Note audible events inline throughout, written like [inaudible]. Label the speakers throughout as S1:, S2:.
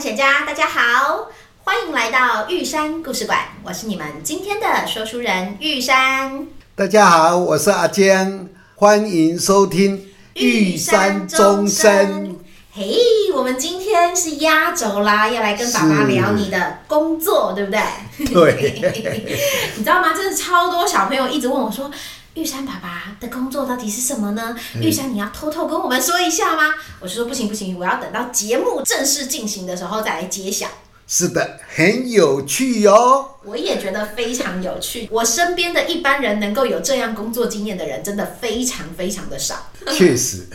S1: 简家，大家好，欢迎来到玉山故事馆，我是你们今天的说书人玉山。
S2: 大家好，我是阿江，欢迎收听《
S1: 终。嘿，我们今天是压轴啦，要来跟爸爸
S2: 是
S1: 聊你的工作，对不对？
S2: 对，
S1: 你知道吗？真的超多小朋友一直问我说。玉山爸爸的工作到底是什么呢？玉山，你要偷偷跟我们说一下吗？我就说不行不行，我要等到节目正式进行的时候再来揭晓。
S2: 是的，很有趣
S1: [laughs]
S2: 哦。
S1: 我也觉得非常有趣。我身边的一般人能够有这样工作经验的人，真的非常非常的少。
S2: 确实，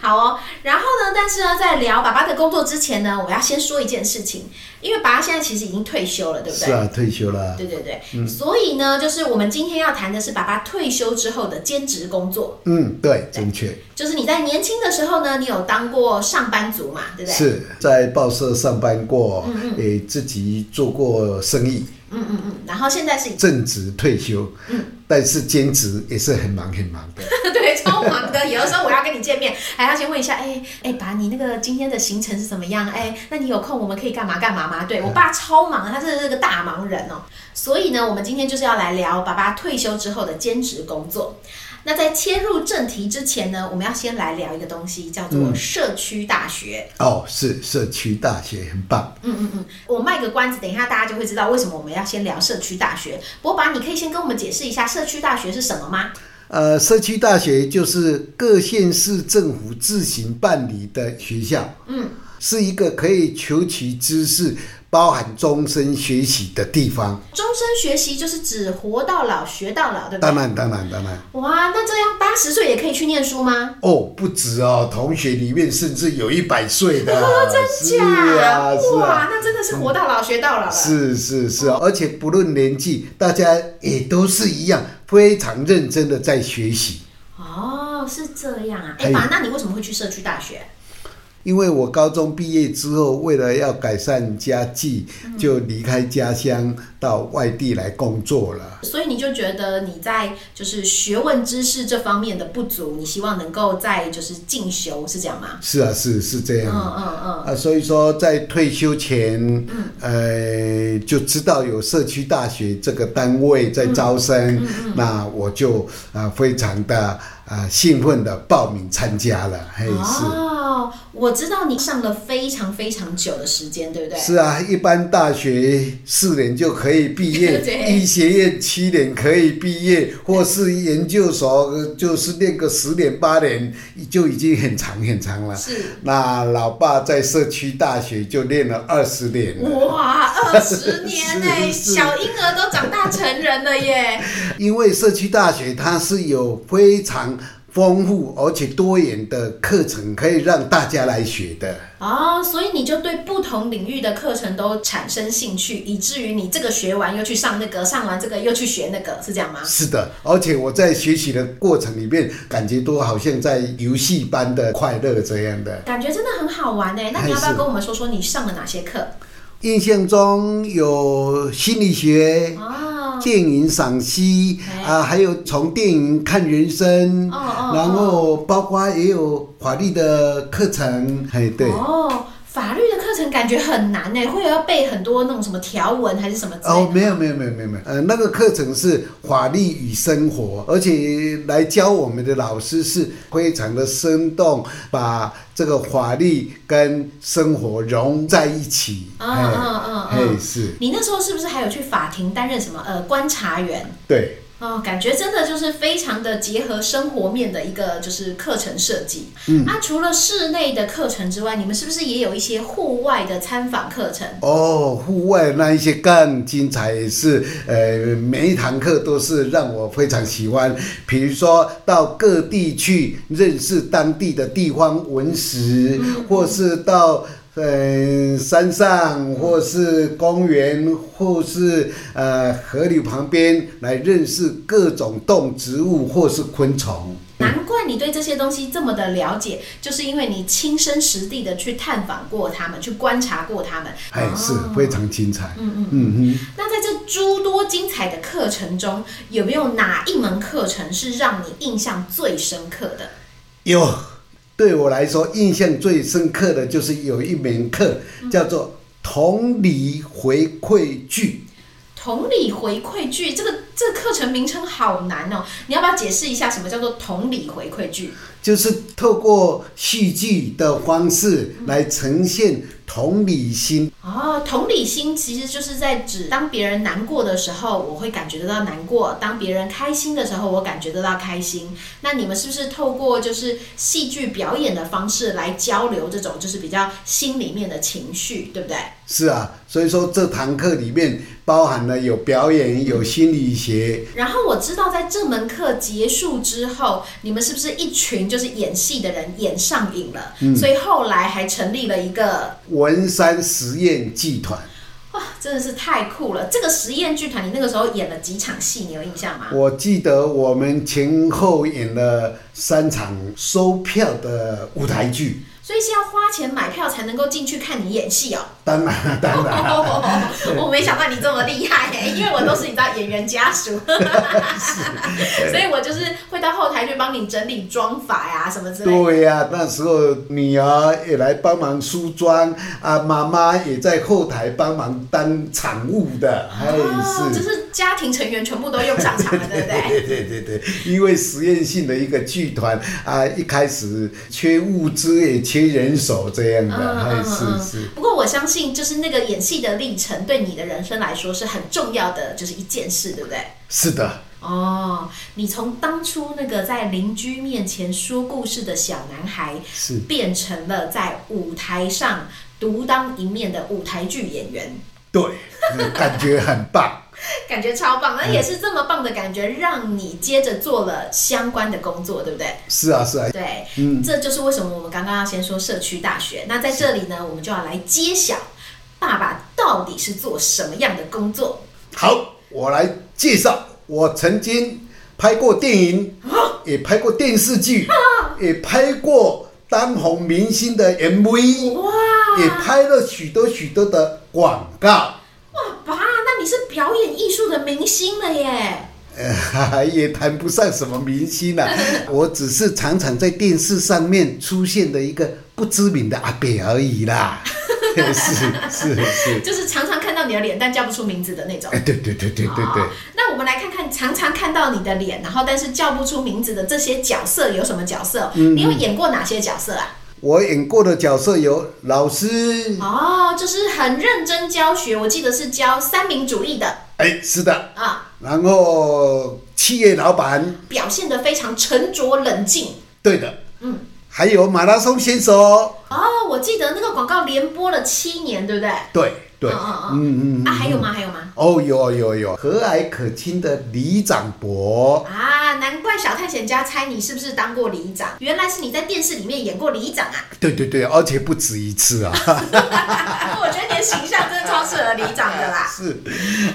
S1: 好哦，然后呢，但是呢，在聊爸爸的工作之前呢，我要先说一件事情，因为爸爸现在其实已经退休了，对不对？
S2: 是啊，嗯退休了，
S1: 对对对，所以呢，就是我们今天要谈的是爸爸退休之后的兼职工作，
S2: 嗯，对，正确，
S1: 就是你在年轻的时候呢，你有当过上班族嘛，对不对？
S2: 是在报社上班过，也自己做过生意，
S1: 嗯嗯嗯。然后现在是已经
S2: 正职退休，
S1: 嗯
S2: 但是兼职也是很忙很忙的。
S1: [laughs] 对，超忙的。有的时候我要跟你见面，还要先问一下，哎、哎、爸，你那个今天的行程是怎么样？哎、那你有空我们可以干嘛干嘛吗？对我爸超忙的，他真的是个大忙人哦。所以呢，我们今天就是要来聊爸爸退休之后的兼职工作。那在切入正题之前呢，我们要先来聊一个东西，叫做社区大学。
S2: 哦，是社区大学很棒，
S1: 我卖个关子，等一下大家就会知道为什么我们要先聊社区大学。不过，爸，你可以先跟我们解释一下社区大学是什么吗？
S2: 呃，社区大学就是各县市政府自行办理的学校，嗯，是一个可以求取知识、包含终身学习的地方。
S1: 终身学习就是指活到老学到老，对不对
S2: 当？然，当然，当然，
S1: 哇，那这样八十岁也可以去念书吗？
S2: 哦，不止哦，同学里面甚至有一百岁的， [laughs]
S1: 哦，真
S2: 是
S1: 假？
S2: 啊，是
S1: 哇
S2: 啊，，
S1: 那真的是活到老学到老了。
S2: 是是是啊，而且不论年纪，大家也都是一样，非常认真的在学习。
S1: 哦，是这样啊。
S2: 还
S1: 哎
S2: 有
S1: 爸，那你为什么会去社区大学？
S2: 因为我高中毕业之后，为了要改善家计，
S1: 嗯
S2: 就离开家乡到外地来工作了。
S1: 所以你就觉得你在就是学问知识这方面的不足，你希望能够在就是进修，是这样吗？
S2: 是啊，是是这
S1: 嗯
S2: 样啊。
S1: 嗯嗯。
S2: 啊，所以说在退休前，
S1: 嗯
S2: 呃，就知道有社区大学这个单位在
S1: 嗯
S2: 招生，那我就啊、呃非常的啊兴奋的报名参加了。嘿，哎是。
S1: 哦，我知道你上了非常非常久的时间，对不对？
S2: 是啊，一般大学四年就可以毕业
S1: [laughs] 对，
S2: 医学院七年可以毕业，或是研究所呃就是念个十年八年就已经很长很长了。
S1: 是。
S2: 那老爸在社区大学就念了二十年了，
S1: 哇，二十年呢、
S2: [laughs] 是是
S1: 小婴儿都长大成人了耶！
S2: 因为社区大学它是有非常丰富而且多元的课程，可以让大家来学的。
S1: 哦，所以你就对不同领域的课程都产生兴趣，以至于你这个学完又去上那个，上完这个又去学那个，是这样吗？
S2: 是的，而且我在学习的过程里面，感觉都好像在游戏般的快乐这样的。
S1: 感觉真的很好玩呢。那你要不
S2: 还
S1: 要
S2: 是
S1: 跟我们说说你上了哪些课？
S2: 印象中有心理学、
S1: 哦，
S2: 电影赏析
S1: 哎
S2: 啊，还有从电影看人生，
S1: 哦哦
S2: 然后包括也有法律的课程，哎，对。
S1: 哦，法律的课程感觉很难呢，会要背很多那种什么条文还是什么之类的。
S2: 哦，没有没有没有没有没有，呃，那个课程是法律与生活，而且来教我们的老师是非常的生动，把这个法律跟生活融在一起。
S1: 嗯嗯嗯
S2: 嘿嘿
S1: 嗯。
S2: 是，
S1: 你那时候是不是还有去法庭担任什么呃观察员？
S2: 对，
S1: 哦，感觉真的就是非常的结合生活面的一个就是课程设计。嗯，那、除了室内的课程之外，你们是不是也有一些户外的参访课程？
S2: 哦，户外那一些更精彩，也是呃，每一堂课都是让我非常喜欢。比如说到各地去认识当地的地方文史，或是到。呃，山上或是公园，或是呃河流旁边，来认识各种动植物或是昆虫。
S1: 难怪你对这些东西这么的了解，就是因为你亲身实地的去探访过他们，去观察过他们。嗯
S2: 哎，是非常精彩。嗯嗯
S1: 那在这诸多精彩的课程中，有没有哪一门课程是让你印象最深刻的？
S2: 有对我来说，印象最深刻的就是有一门课叫做同理回馈句。
S1: 同理回馈句，这个这个课程名称好难哦，你要不要解释一下什么叫做同理回馈句？
S2: 就是透过戏剧的方式来呈现同理心。
S1: 哦，同理心其实就是在指当别人难过的时候，我会感觉得到难过；当别人开心的时候，我感觉得到开心。那你们是不是透过就是戏剧表演的方式来交流这种就是比较心里面的情绪，对不对？
S2: 是啊，所以说这堂课里面包含了有表演、有心理学，
S1: 然后我知道在这门课结束之后，你们是不是一群就是演戏的人演上瘾了？所以后来还成立了一个
S2: 文山实验剧团。
S1: 哇，真的是太酷了！这个实验剧团，你那个时候演了几场戏，你有印象吗？
S2: 我记得我们前后演了三场收票的舞台剧，
S1: 所以是要花钱买票才能够进去看你演戏哦。
S2: 当然当然
S1: [laughs] 我没想到你这么厉害、因为我都是你知道演员家属，所以我就是会到后台去帮你整理妆法呀、什么之类的。
S2: 对呀、那时候女儿也来帮忙梳妆啊，妈妈也在后台帮忙当场务的，哎还。
S1: 哦，就是是家庭成员全部都用上场了，对不对？
S2: 对对对对，因为实验性的一个剧团啊，一开始缺物资也缺人手这样的，还是是。
S1: 嗯不过我相信，就是那个演戏的历程，对你的人生来说是很重要的，就是一件事，对不对？
S2: 是的，
S1: 哦，你从当初那个在邻居面前说故事的小男孩，
S2: 是
S1: 变成了在舞台上独当一面的舞台剧演员，
S2: 对，嗯感觉很棒。
S1: 感觉超棒。
S2: 嗯
S1: 那也是这么棒的感觉，让你接着做了相关的工作，对不对？
S2: 是啊，是啊，
S1: 对，
S2: 嗯
S1: 这就是为什么我们刚刚要先说社区大学。那在这里呢，我们就要来揭晓爸爸到底是做什么样的工作。
S2: 好，我来介绍，我曾经拍过电影，也拍过电视剧，也拍过当红明星的 MV，
S1: 哇
S2: 也拍了许多许多的广告， [laughs]
S1: 哇爸，那你是表演艺术的明星了耶！
S2: 呃，也谈不上什么明星啦、我只是常常在电视上面出现的一个不知名的阿伯而已啦。是是是，
S1: 就是常常看到你的脸，但叫不出名字的那种
S2: 哎，。对对对对对对
S1: 哦。那我们来看看，常常看到你的脸，然后但是叫不出名字的这些角色有什么角色？
S2: 嗯
S1: 你有演过哪些角色啊？
S2: 我演过的角色有老师，
S1: 哦，就是很认真教学，我记得是教三民主义的
S2: 哎，是的，
S1: 啊，
S2: 然后企业老板，
S1: 表现得非常沉着冷静。
S2: 对的，
S1: 嗯，
S2: 还有马拉松选手，
S1: 哦，我记得那个广告连播了七年，对不对？
S2: 对对，
S1: 嗯嗯
S2: 嗯嗯
S1: 啊，还有吗？还有吗？
S2: 哦，有有有，和蔼可亲的李长博，
S1: 啊，难怪小探险家猜你是不是当过里长，原来是你在电视里面演过里长啊！
S2: 对对对，而且不止一次啊，
S1: [laughs] 我觉得你的形象真的超适合里长的啦。
S2: [laughs] 是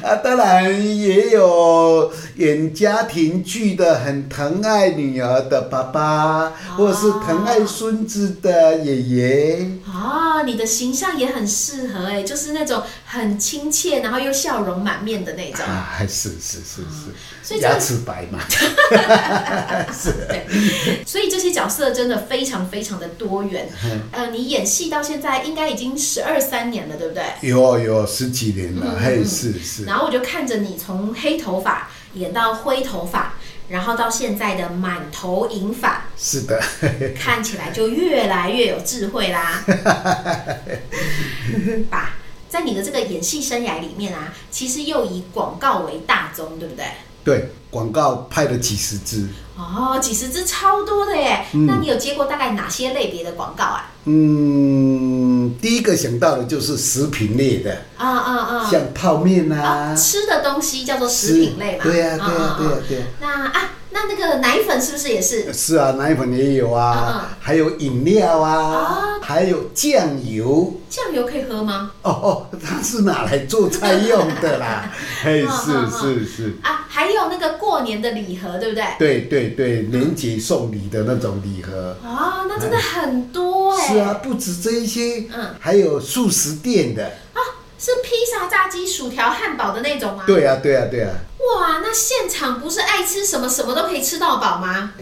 S2: 啊，当然也有演家庭剧的，很疼爱女儿的爸
S1: 啊
S2: 爸，或是疼爱孙子的爷爷。
S1: 哦，你的形象也很适合哎、就是那种很亲切，然后又笑容满面的那种。
S2: 啊，是是是
S1: 所
S2: 是，
S1: 以这个
S2: 牙齿白嘛， [laughs]
S1: 对，所以这些角色真的非常非常的多元。呃，你演戏到现在应该已经十二三年了，对不对？
S2: 有有十几年
S1: 嗯
S2: 了，嘿，是是，
S1: 然后我就看着你从黑头发演到灰头发，然后到现在的满头银
S2: [laughs]
S1: 发，
S2: 是的，
S1: 看起来就越来越有智慧
S2: [laughs]
S1: 啦。爸，在你的这个演戏生涯里面啊，其实又以广告为大宗，对不对？
S2: 对，广告拍了几十支，
S1: 哦，几十支超多的耶！那你有接过大概哪些类别的广告啊？
S2: 嗯，第一个想到的就是食品类的，
S1: 啊啊啊！
S2: 像泡面
S1: 啊，
S2: 啊，
S1: 吃的东西叫做食品类嘛。
S2: 对呀对呀对呀
S1: 啊。
S2: 对呀。
S1: 那啊，那那个奶粉是不是也是？
S2: 是啊，奶粉也有啊，
S1: 嗯
S2: 还有饮料啊，
S1: 啊
S2: 还有酱油。
S1: 酱油可以喝吗？
S2: 哦哦，它是拿来做菜用
S1: [laughs]
S2: 的啦。嘿，
S1: 嗯
S2: 是
S1: 嗯
S2: 是是，
S1: 啊，还有那个过年的礼盒，对不对？
S2: 对对对，年节送礼的那种礼盒。
S1: 啊，那真的很多哎。
S2: 是啊，。不止这一些，
S1: 嗯
S2: 还有素食店的。
S1: 啊啊，是披萨、炸鸡、薯条、汉堡的那种吗？。
S2: 对啊，对啊，对啊，
S1: 哇，那现场不是爱吃什么什么都可以吃到饱吗？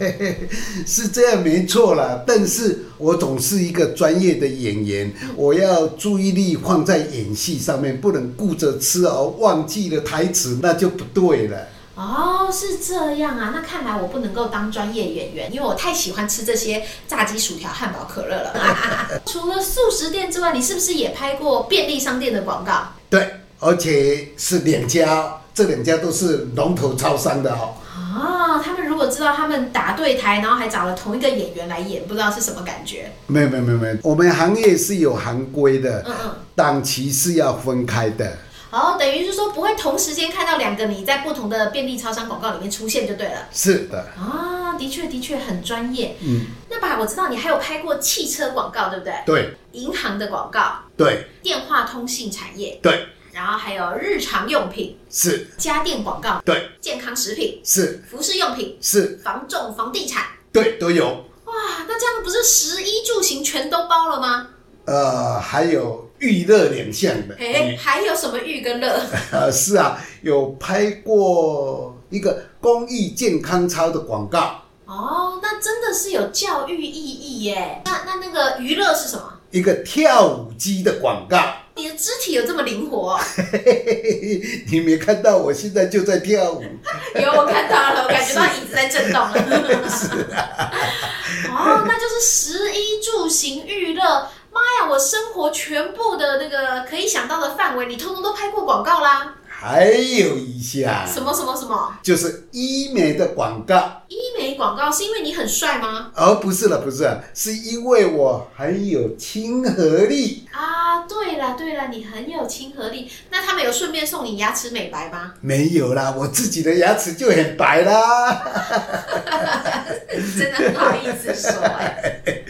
S2: 是这样没错啦，但是我总是一个专业的演员，我要注意力放在演戏上面，不能顾着吃而忘记了台词，那就不对了。
S1: 哦，是这样啊，那看来我不能够当专业演员，因为我太喜欢吃这些炸鸡、薯条、汉堡、可乐了。除了 [laughs] 素食店之外，你是不是也拍过便利商店的广告？
S2: 对，而且是两家，这两家都是龙头超商的哦。
S1: 哦，他们如果知道他们打对台，然后还找了同一个演员来演，不知道是什么感觉。
S2: 没有没有没有没有，我们行业是有行规的，
S1: 嗯嗯。
S2: 档期是要分开的。
S1: 哦，等于是说不会同时间看到两个你在不同的便利超商广告里面出现就对了。
S2: 是的，
S1: 啊，的确的确很专业。
S2: 嗯，
S1: 那爸，我知道你还有拍过汽车广告，对不对？
S2: 对
S1: 银行的广告、
S2: 对
S1: 电话通信产业，
S2: 对，
S1: 然后还有日常用品、
S2: 是，
S1: 家电广告、
S2: 对
S1: 健康食品、
S2: 是
S1: 服饰用品、
S2: 是，
S1: 房仲、房地产。
S2: 对都有。
S1: 哇，那这样不是食衣住行全都包了吗？
S2: 呃，还有娱乐两项的。
S1: 哎，还有什么玉跟乐？
S2: 呃，是啊，有拍过一个公益健康操的广告，
S1: 哦，那真的是有教育意义耶。那那那个娱乐是什么？
S2: 一个跳舞机的广告。 [laughs]
S1: 你的肢体有这么灵活、 [laughs]
S2: 嘿嘿嘿，你没看到我现在就在跳舞。
S1: 有我看到了，我感觉到椅子在震动了。 [laughs] 哦，那就是食衣住行娱乐。妈呀！我生活全部的那个可以想到的范围，你通通都拍过广告啦。
S2: 还有一项
S1: 什么什么什么
S2: 就是医美的广告，
S1: 医美广告，是因为你很帅吗？
S2: 而、不是了，不是了，是因为我很有亲和力。
S1: 啊，对了对了，你很有亲和力。那他们有顺便送你牙齿美白
S2: [laughs]
S1: 吗？
S2: 没有啦，我自己的牙齿就很白啦。
S1: 真的很好意思说哎、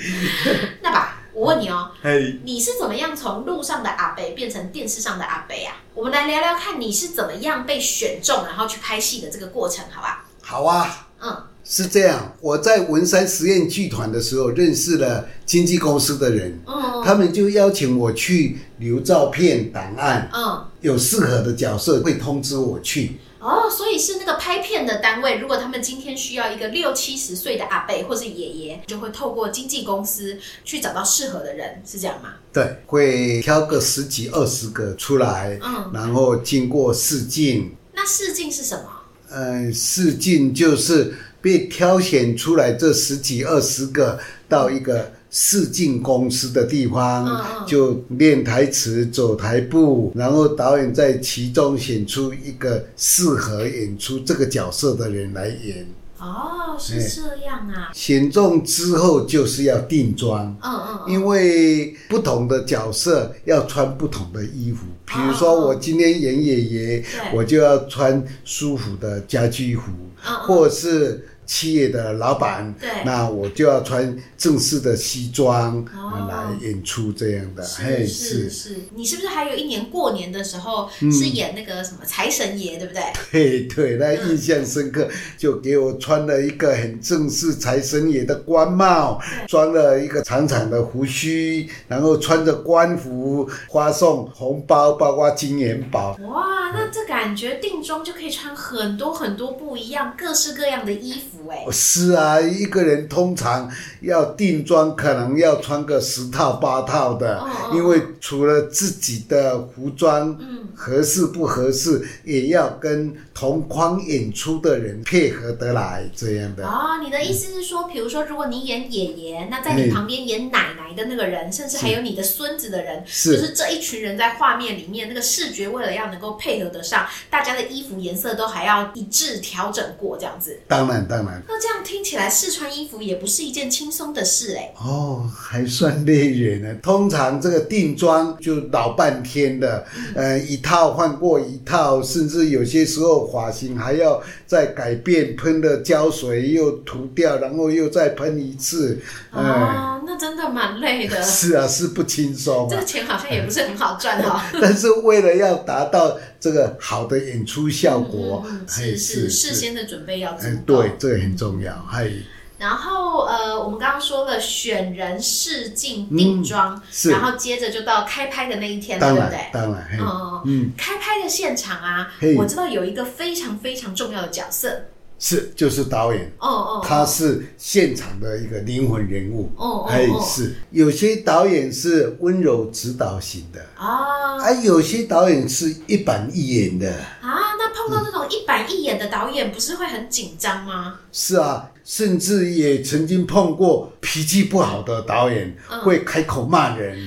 S1: 那吧，我问你哦，
S2: 嘿，
S1: 你是怎么样从路上的阿北变成电视上的阿北啊？我们来聊聊看你是怎么样被选中，然后去拍戏的这个过程，好吧？
S2: 好啊。
S1: 嗯，
S2: 是这样，我在文山实验剧团的时候认识了经纪公司的人，
S1: 嗯，
S2: 他们就邀请我去留照片档案，
S1: 嗯，
S2: 有适合的角色会通知我去。
S1: 哦，所以是那个拍片的单位，如果他们今天需要一个六七十岁的阿北或是爷爷，就会透过经纪公司去找到适合的人，是这样吗？
S2: 对，会挑个十几二十个出来，
S1: 嗯，
S2: 然后经过试镜，
S1: 那试镜是什么？
S2: 呃，试镜就是被挑选出来这十几二十个到一个试镜公司的地方，
S1: 嗯嗯
S2: 就练台词、走台步，然后导演在其中选出一个适合演出这个角色的人来演。
S1: 哦，是
S2: 哎
S1: 这样啊，
S2: 选中之后就是要定妆。
S1: 嗯嗯嗯，
S2: 因为不同的角色要穿不同的衣服，比如说
S1: 哦
S2: 我今天演爷爷，我就要穿舒服的家居服，
S1: 嗯嗯
S2: 或是企业的老板
S1: 对，
S2: 那我就要穿正式的西装
S1: 哦
S2: 来演出这样的。
S1: 是嗯是，是，你是不是还有一年过年的时候、
S2: 嗯
S1: 是演那个什么财神爷，对不对？
S2: 对对，那
S1: 嗯
S2: 印象深刻，就给我穿了一个很正式财神爷的官帽，装了一个长长的胡须，然后穿着官服发送红包，包括金元宝。
S1: 哇，那这感觉定妆就可以穿很多很多不一样、各式各样的衣服哎、
S2: 是啊，一个人通常要定妆，可能要穿个十套八套的
S1: 哦，哦
S2: 因为除了自己的服装
S1: 嗯
S2: 合适不合适，也要跟同框演出的人配合得来，这样的。
S1: 哦，你的意思是说，比如说，如果你演爷爷，那在你
S2: 哎
S1: 旁边演奶奶的那个人，甚至还有你的孙子的人，
S2: 是
S1: 就是这一群人在画面里面，那个视觉为了要能够配合得上，大家的衣服颜色都还要一致调整过这样子。
S2: 当然，当然。
S1: 那这样听起来，试穿衣服也不是一件轻松的事哎、
S2: 哦，还算累人呢。通常这个定妆就老半天的，呃，一套换过一套，甚至有些时候发型还要再改变，喷了胶水又涂掉，然后又再喷一次。嗯，
S1: 啊，那真的蛮累
S2: [laughs]
S1: 的，
S2: 是啊，是不轻松
S1: 这
S2: 啊
S1: 个。钱好像也不是很好赚哦。
S2: 但是为了要达到这个好的演出效果
S1: 嗯嗯，嗯
S2: 哎
S1: 是是事，先的准备要足
S2: 嗯，
S1: 够。
S2: 对，这个很重要。还哎
S1: 然后呃，我们刚刚说了选人、试镜、定妆，
S2: 嗯是
S1: 然后接着就到开拍的那一天了，对
S2: 当
S1: 不
S2: 然
S1: 对？
S2: 当然，嘿
S1: 嗯，
S2: 嗯，
S1: 开拍的现场啊
S2: 嘿，
S1: 我知道有一个非常非常重要的角色，
S2: 是就是导演，
S1: 哦哦，
S2: 他是现场的一个灵魂人物，
S1: 哦哦
S2: 哎
S1: 哦
S2: 是有些导演是温柔指导型的，
S1: 啊
S2: 啊有些导演是一板一眼的，
S1: 啊，那碰到这种一板一眼的导演，不是会很紧张吗？
S2: 是啊，甚至也曾经碰过脾气不好的导演，
S1: 嗯啊
S2: 会开口骂人，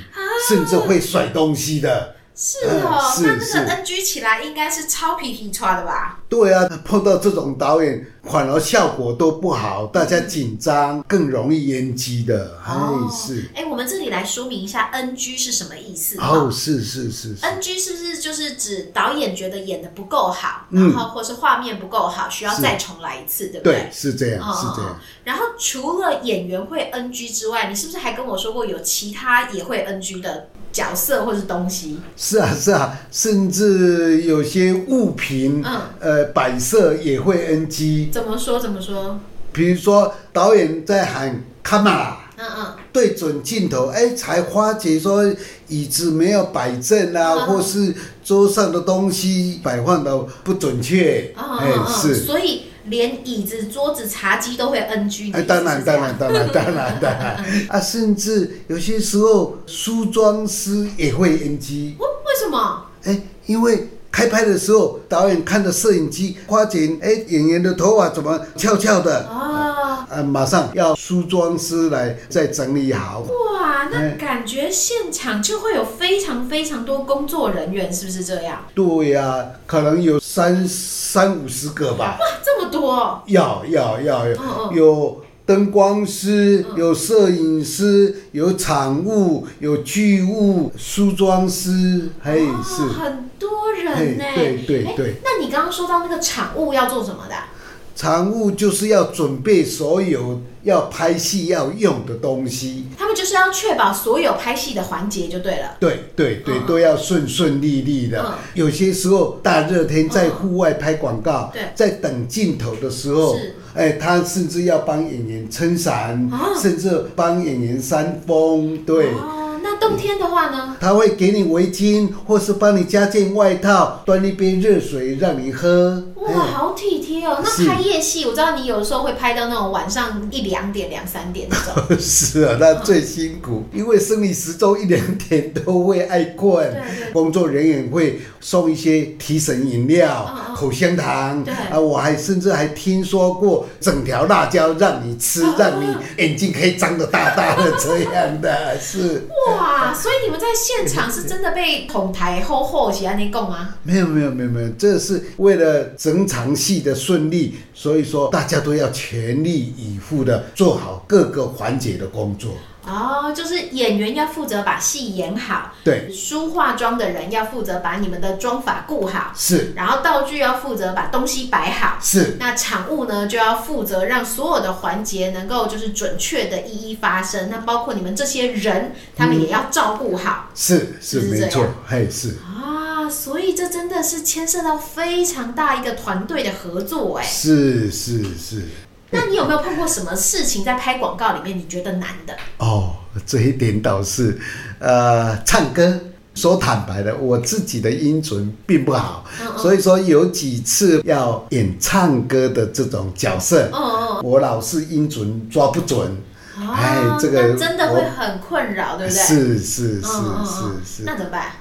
S2: 甚至会甩东西的。
S1: 是哦，
S2: 嗯是
S1: 那那
S2: 是
S1: 个 NG 起来应该是超皮皮抓的吧？
S2: 对啊，碰到这种导演，反而效果都不好，大家紧张，更容易淹机的。哎、
S1: 哦
S2: 是，
S1: 哎，我们这里来说明一下 NG 是什么意思。啊
S2: 哦，是是是是，
S1: NG 是不是就是指导演觉得演的不够好，
S2: 嗯
S1: 然后或是画面不够好，需要
S2: 是
S1: 再重来一次，对不
S2: 对，是这样，是这
S1: 哦
S2: 样。
S1: 然后除了演员会 NG 之外，你是不是还跟我说过有其他也会 NG 的角色或是东西？
S2: 是啊，是啊，甚至有些物品，
S1: 嗯
S2: 呃，摆设也会 NG。
S1: 怎么说？怎么说？
S2: 比如说，导演在喊卡 a 啦。
S1: 嗯嗯，
S2: 对准镜头，哎，才发觉说椅子没有摆正啊，
S1: 嗯
S2: 或是桌上的东西摆放的不准确，
S1: 哦
S2: 哎、
S1: 哦哦，
S2: 是，
S1: 所以连椅子、桌子、茶几都会 NG 的
S2: 哎，
S1: 意思是
S2: 当
S1: 这样。
S2: 然，当然，当然，当然，当然，啊，甚至有些时候梳妆师也会 NG，
S1: 哦。为什么？
S2: 哎，因为。开拍的时候，导演看着摄影机，发觉哎，演员的头发怎么翘翘的？
S1: 哦，
S2: 啊，马上要梳妆师来再整理好。
S1: 哇，
S2: 哎
S1: 那感觉现场就会有非常非常多工作人员，是不是这样？
S2: 对呀、可能有三三五十个吧。
S1: 哇，这么多！哦
S2: 要要要有、
S1: 嗯嗯
S2: 有灯光师，
S1: 嗯
S2: 有摄影师，有场务，有剧务，梳妆师，嘿、
S1: 哦，
S2: 哎是
S1: 很多人呢、
S2: 嘿对对
S1: 哎
S2: 对
S1: 那你刚刚说到那个场务要做什么的啊？
S2: 场务就是要准备所有要拍戏要用的东西。
S1: 他们就是要确保所有拍戏的环节就对了。
S2: 对对对，
S1: 嗯
S2: 都要顺顺利利的。
S1: 嗯
S2: 有些时候大热天在户外拍广告，
S1: 嗯对
S2: 在等镜头的时候
S1: 是，
S2: 哎，他甚至要帮演员撑伞，
S1: 啊
S2: 甚至帮演员扇风，对。
S1: 哦，那冬天的话呢？
S2: 他会给你围巾，或是帮你加件外套，端一杯热水让你喝。
S1: 哇，
S2: 哎
S1: 好体贴哦！
S2: 是
S1: 那拍夜戏，我知道你有时候会拍到那种晚上一两点、两三点那
S2: [laughs]
S1: 种。
S2: 是啊，那最辛苦，
S1: 嗯
S2: 因为生理时钟一两点都会爱困
S1: 对对，
S2: 工作人员会送一些提神饮料
S1: 嗯、嗯
S2: 口香糖
S1: 对
S2: 啊，我还甚至还听说过整条辣椒让你吃
S1: 啊，
S2: 让你眼睛可以张得大大的这
S1: [laughs]
S2: 样的，是
S1: 哇，所以你们在现场是真的被哄抬吼吼起来那供吗？
S2: 没有没有没有没有，这是为了整场戏的顺利，所以说大家都要全力以赴的做好各个环节的工作，
S1: 哦，就是演员要负责把戏演好，
S2: 对，
S1: 梳化妆的人要负责把你们的妆法顾好，
S2: 是
S1: 然后道具要负责把东西摆好，
S2: 是。
S1: 那场务呢就要负责让所有的环节能够就是准确的一一发生。那包括你们这些人，他们也要照顾好、
S2: 是
S1: 是
S2: 是
S1: 不是
S2: 没
S1: 这
S2: 错
S1: 样，
S2: 嘿是
S1: 啊。所以这真的是牵涉到非常大一个团队的合作哎。
S2: 是是是，
S1: 那你有没有碰过什么事情在拍广告里面你觉得难的？
S2: 哦，这一点倒是，呃，唱歌。说坦白的，我自己的音准并不好，
S1: 嗯嗯
S2: 所以说有几次要演唱歌的这种角色，
S1: 嗯嗯
S2: 我老是音准抓不准。
S1: 嗯，
S2: 哎
S1: 啊
S2: 这个
S1: 那真的
S2: 我
S1: 会很困扰，对不对？
S2: 是是是
S1: 嗯，嗯嗯
S2: 是是
S1: 那，怎么办？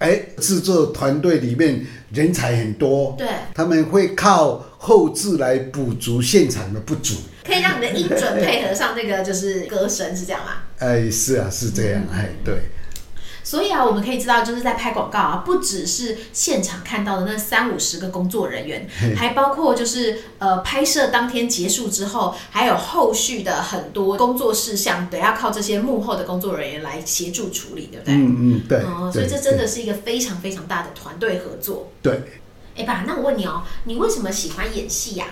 S2: 哎，制作团队里面人才很多，
S1: 对
S2: 他们会靠后置来补足现场的不足。
S1: 可以让你的音准配合上那个就是歌声，是这样吗？
S2: 哎，是啊，是这
S1: 嗯
S2: 样，哎，对，
S1: 所以啊，我们可以知道，就是在拍广告啊，不只是现场看到的那三五十个工作人员，还包括就是呃，拍摄当天结束之后，还有后续的很多工作事项，得要靠这些幕后的工作人员来协助处理，对不对？
S2: 嗯嗯，对，
S1: 哦，所
S2: 对
S1: 以这真
S2: 对
S1: 的是一个非常非常大的团队合作。
S2: 对。
S1: 哎爸，那我问你哦，你为什么喜欢演戏啊呀、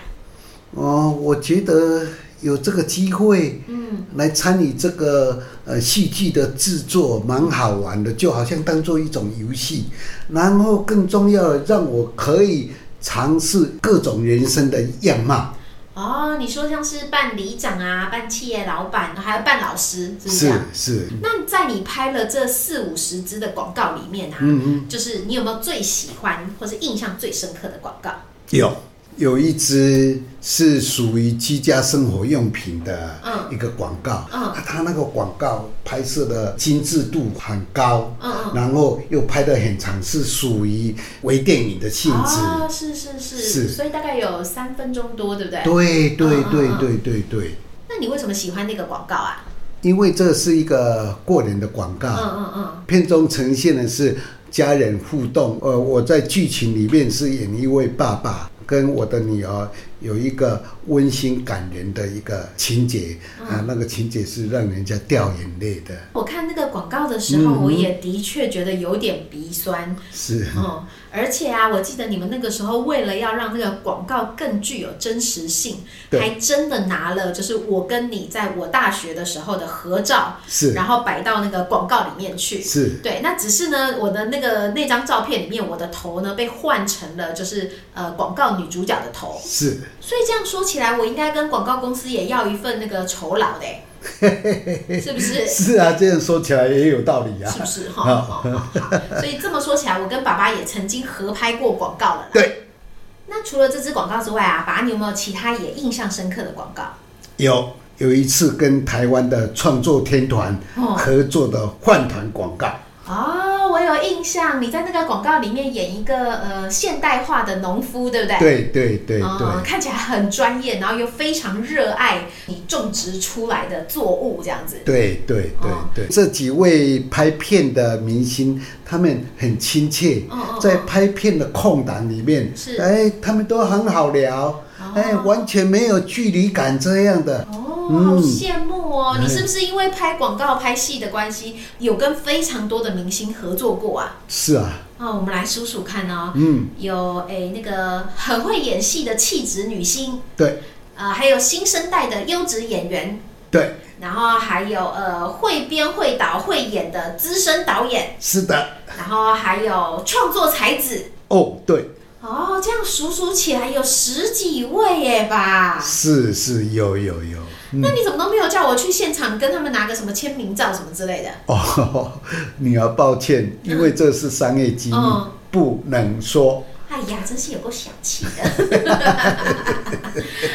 S2: 哦，我觉得有这个机会，
S1: 嗯，
S2: 来参与这个呃戏剧的制作，蛮好玩的，就好像当做一种游戏。然后更重要的，让我可以尝试各种人生的样貌。
S1: 哦，你说像是办里长啊，办企业老板，还有办老师，是不是这
S2: 是
S1: 样？
S2: 是，
S1: 那在你拍了这四五十支的广告里面啊，
S2: 嗯
S1: 就是你有没有最喜欢或是印象最深刻的广告？
S2: 有有一支是属于居家生活用品的
S1: 嗯
S2: 一个广告，
S1: 嗯
S2: 啊它那个广告拍摄的精致度很高，
S1: 嗯嗯，
S2: 然后又拍得很长，是属于微电影的性质。
S1: 哦，是是是，
S2: 是
S1: 所以大概有三分钟多，对不对？
S2: 对对
S1: 嗯
S2: 对
S1: 嗯
S2: 对对对，
S1: 那你为什么喜欢那个广告啊？
S2: 因为这是一个过年的广告，
S1: 嗯嗯嗯，
S2: 片中呈现的是家人互动。呃，我在剧情里面是演一位爸爸跟我的女儿有一个温馨感人的一个情节、啊，
S1: 嗯
S2: 那个情节是让人家掉眼泪的，
S1: 我看那个广告的时候，
S2: 嗯嗯
S1: 我也的确觉得有点鼻酸。
S2: 是。
S1: 嗯，而且啊，我记得你们那个时候为了要让那个广告更具有真实性，
S2: 对
S1: 还真的拿了就是我跟你在我大学的时候的合照，
S2: 是
S1: 然后摆到那个广告里面去。
S2: 是
S1: 对，那只是呢，我的那个那张照片里面，我的头呢被换成了就是呃广告女主角的头，
S2: 是，
S1: 所以这样说起来，我应该跟广告公司也要一份那个酬劳的欸，是不是？
S2: 是啊，这样说起来也有道理啊
S1: 是。不是哈？好好好所以这么说起来，我跟爸爸也曾经合拍过广告了啦。
S2: 对，
S1: 那除了这支广告之外啊，爸，你有没有其他也印象深刻的广告？
S2: 有有一次跟台湾的创作天团
S1: 哦
S2: 合作的饭团广告，
S1: 哦，我有印象，你在那个广告里面演一个呃现代化的农夫，对不对？
S2: 对对对对
S1: 哦，看起来很专业，然后又非常热爱你种植出来的作物这样子。
S2: 对对对
S1: 哦
S2: 对，这几位拍片的明星，他们很亲切
S1: 嗯嗯，嗯
S2: 在拍片的空档里面
S1: 是，
S2: 哎，他们都很好聊，哎，完全没有距离感这样的。
S1: 哦，
S2: 嗯
S1: 好羡慕哦！
S2: 哎
S1: 你是不是因为拍广告、拍戏的关系，有跟非常多的明星合作过啊？
S2: 是啊，
S1: 哦，我们来数数看哦，
S2: 嗯，
S1: 有诶那个很会演戏的气质女星，
S2: 对
S1: 呃，还有新生代的优质演员，
S2: 对，
S1: 然后还有呃会编会导会演的资深导演，
S2: 是的，
S1: 然后还有创作才子。
S2: 哦，对，
S1: 哦，这样数数起来有十几位耶吧？
S2: 是是有有有，
S1: 那你怎么都没有叫我去现场跟他们拿个什么签名照什么之类的？
S2: 哦， [laughs] 女儿抱歉，因为这是商业机密
S1: 嗯，
S2: 不能说。
S1: 哎呀，真是有够小气的。 [laughs]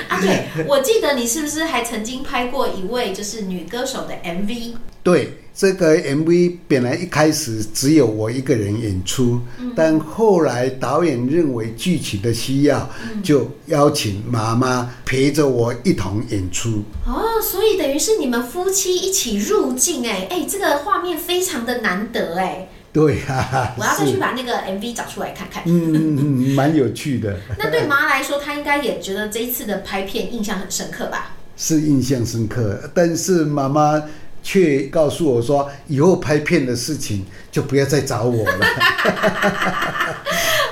S1: 啊，对，
S2: [laughs]
S1: 我记得你是不是还曾经拍过一位就是女歌手的 MV？
S2: 对，这个 MV 本来一开始只有我一个人演出，
S1: 嗯
S2: 但后来导演认为剧情的需要，
S1: 嗯
S2: 就邀请妈妈陪着我一同演出。
S1: 哦，所以等于是你们夫妻一起入境、哎哎，这个画面非常的难得哎、
S2: 对啊，
S1: 我要再
S2: 是
S1: 去把那个 MV 找出来看看。
S2: 嗯嗯嗯，蛮有趣的，
S1: 那对妈来说，她应该也觉得这一次的拍片印象很深刻吧？
S2: 是印象深刻。但是妈妈却告诉我说，以后拍片的事情就不要再找我
S1: [laughs]
S2: 了。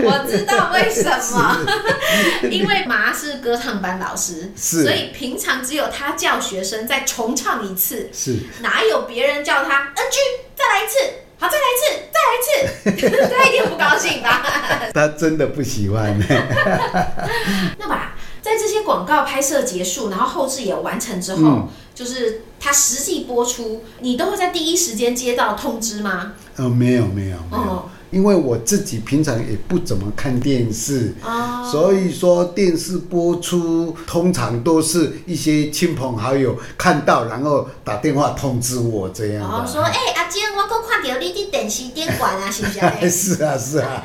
S1: 我知道为什么， [laughs] 因为麻是歌唱班老师，
S2: 是
S1: 所以平常只有他叫学生再重唱一次，
S2: 是。
S1: 哪有别人叫他 NG 再来一次，好再来一次，再来一次， [laughs] 他一定不高兴吧？ [laughs]
S2: 她真的不喜欢，
S1: 那吧，在这些广告拍摄结束，然后后置也完成之后，
S2: 嗯
S1: 就是它实际播出，你都会在第一时间接到通知吗？
S2: 呃，没有没有没有
S1: 哦，
S2: 因为我自己平常也不怎么看电视，
S1: 哦，
S2: 所以说电视播出通常都是一些亲朋好友看到，然后打电话通知我这样
S1: 哦，
S2: [laughs]
S1: 说
S2: 的。
S1: 哎、阿坚，我够看到你伫电视顶管啊，是不是？
S2: [laughs] 是啊，是啊，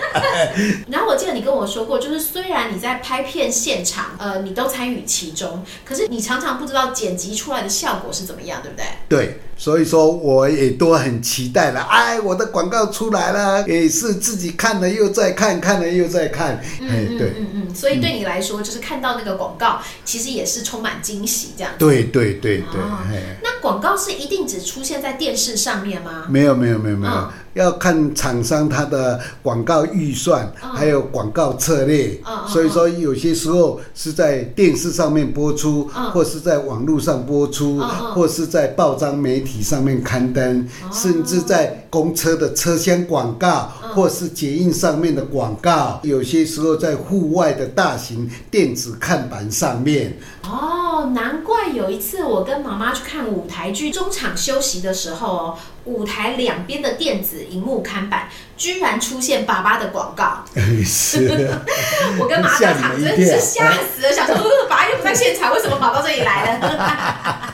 S1: 然后我记得你跟我说过，就是虽然你在拍片现场，呃，你都参与其中，可是你常常不知道剪辑出来的效果是怎么样，对不对？
S2: 对，所以说我也都很期待了。哎，我的广告出来了，也是自己看了又再看，看了又再看。哎，
S1: 嗯
S2: 对，
S1: 嗯嗯，所以对你来说，就是看到那个广告，其实也是充满惊喜这样。
S2: 对对对对
S1: 哦，
S2: 哎，
S1: 那广告是一定只出现在电视上面吗？
S2: 没有没有没有没有
S1: 嗯，
S2: 要看厂商他的广告预算，
S1: 嗯
S2: 还有广告策略
S1: 嗯嗯。
S2: 所以说有些时候是在电视上面播出，
S1: 嗯
S2: 或是在网络上播出，
S1: 嗯嗯
S2: 或是在报章媒体上面刊登，
S1: 啊
S2: 甚至在公车的车厢广告，
S1: 嗯
S2: 或是捷运上面的广告，有些时候在户外的大型电子看板上面。 [laughs]
S1: 哦，难怪有一次我跟妈妈去看舞台剧，中场休息的时候哦，舞台两边的电子荧幕看板居然出现爸爸的广告，
S2: 是啊。
S1: 我跟妈
S2: 吓
S1: 在场
S2: 你一啊
S1: 真是
S2: 跳
S1: 吓死了，想说呃爸爸又不在现场，为什么跑到这里来
S2: [laughs]
S1: 了？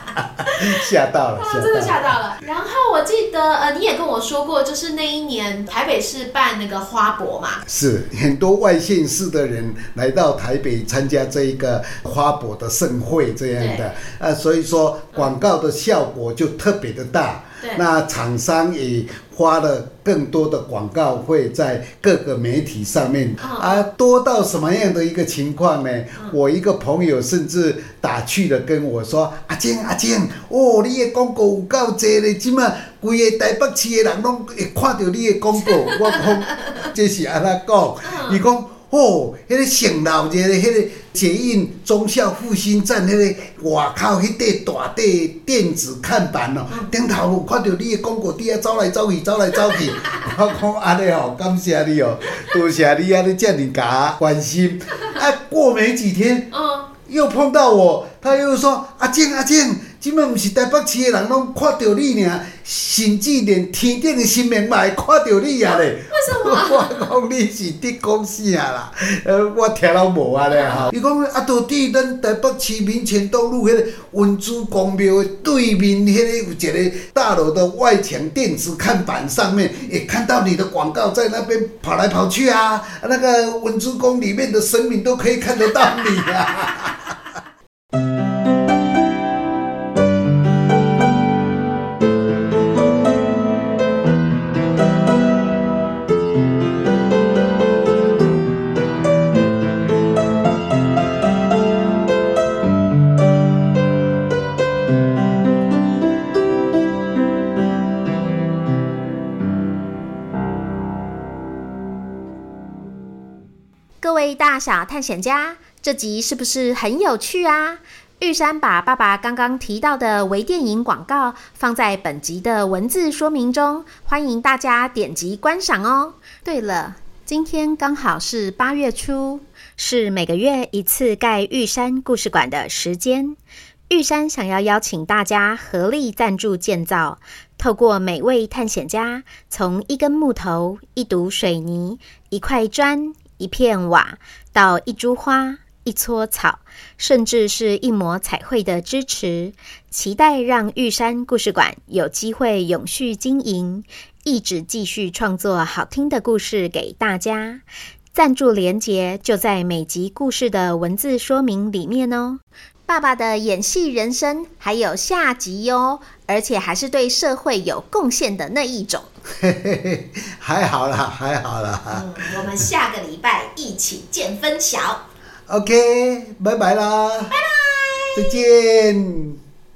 S2: 吓到了，
S1: 啊，
S2: 吓
S1: 真的
S2: 到了。
S1: 吓到了。然后我记得呃，你也跟我说过，就是那一年台北市办那个花博嘛，
S2: 是很多外县市的人来到台北参加这一个花博的盛会这样的啊，所以说广告的效果就特别的大。
S1: 对
S2: 那厂商也花了更多的广告费在各个媒体上面、
S1: 嗯
S2: 啊，多到什么样的一个情况呢？我一个朋友甚至打趣的跟我说：“阿健，阿健，哦，你的广告有够多咧，即马规个台北市的人拢会看到你的广告。”我讲 [laughs] 这是安怎讲？伊讲、哦，迄、个上闹热的迄个捷运忠孝复兴站迄、个外口迄块大块电子看板哦，顶、头有看到你的广告，底下走来走去，走来走去。 [laughs] 我讲安尼哦，感谢你哦，多谢你安尼遮尔甲关心。啊，过没几天
S1: 嗯，
S2: 又碰到我，他又说：“阿静阿静，即摆毋是台北市的人拢看到你尔，甚至连天顶的神明嘛会看到你啊咧。”
S1: 为什么？
S2: [laughs] 我讲你是伫讲啥啦？呃，我听了无啊
S1: [laughs]
S2: 咧吼。伊讲啊，到底咱台北市民权东路迄个文殊公庙的对面迄个有一个大楼的外墙电子看板上面，也看到你的广告在那边跑来跑去啊。啊那个文殊宫里面的神明都可以看得到你啊。
S3: 各位大小探险家，这集是不是很有趣啊？玉山把爸爸刚刚提到的微电影广告放在本集的文字说明中，欢迎大家点击观赏哦。对了，今天刚好是八月初，
S4: 是每个月一次盖玉山故事馆的时间。
S3: 玉山想要邀请大家合力赞助建造，透过每位探险家从一根木头、一堵水泥、一块砖、一片瓦，到一株花、一撮草，甚至是一抹彩绘的支持，期待让玉山故事馆有机会永续经营，一直继续创作好听的故事给大家。赞助连结就在每集故事的文字说明里面哦。爸爸的演戏人生还有下集哟、而且还是对社会有贡献的那一种。
S2: 嘿嘿嘿， [laughs] 还好啦，还好啦。
S1: 嗯，我们下个礼拜一起见分晓。
S2: OK，拜拜啦，拜拜，再见。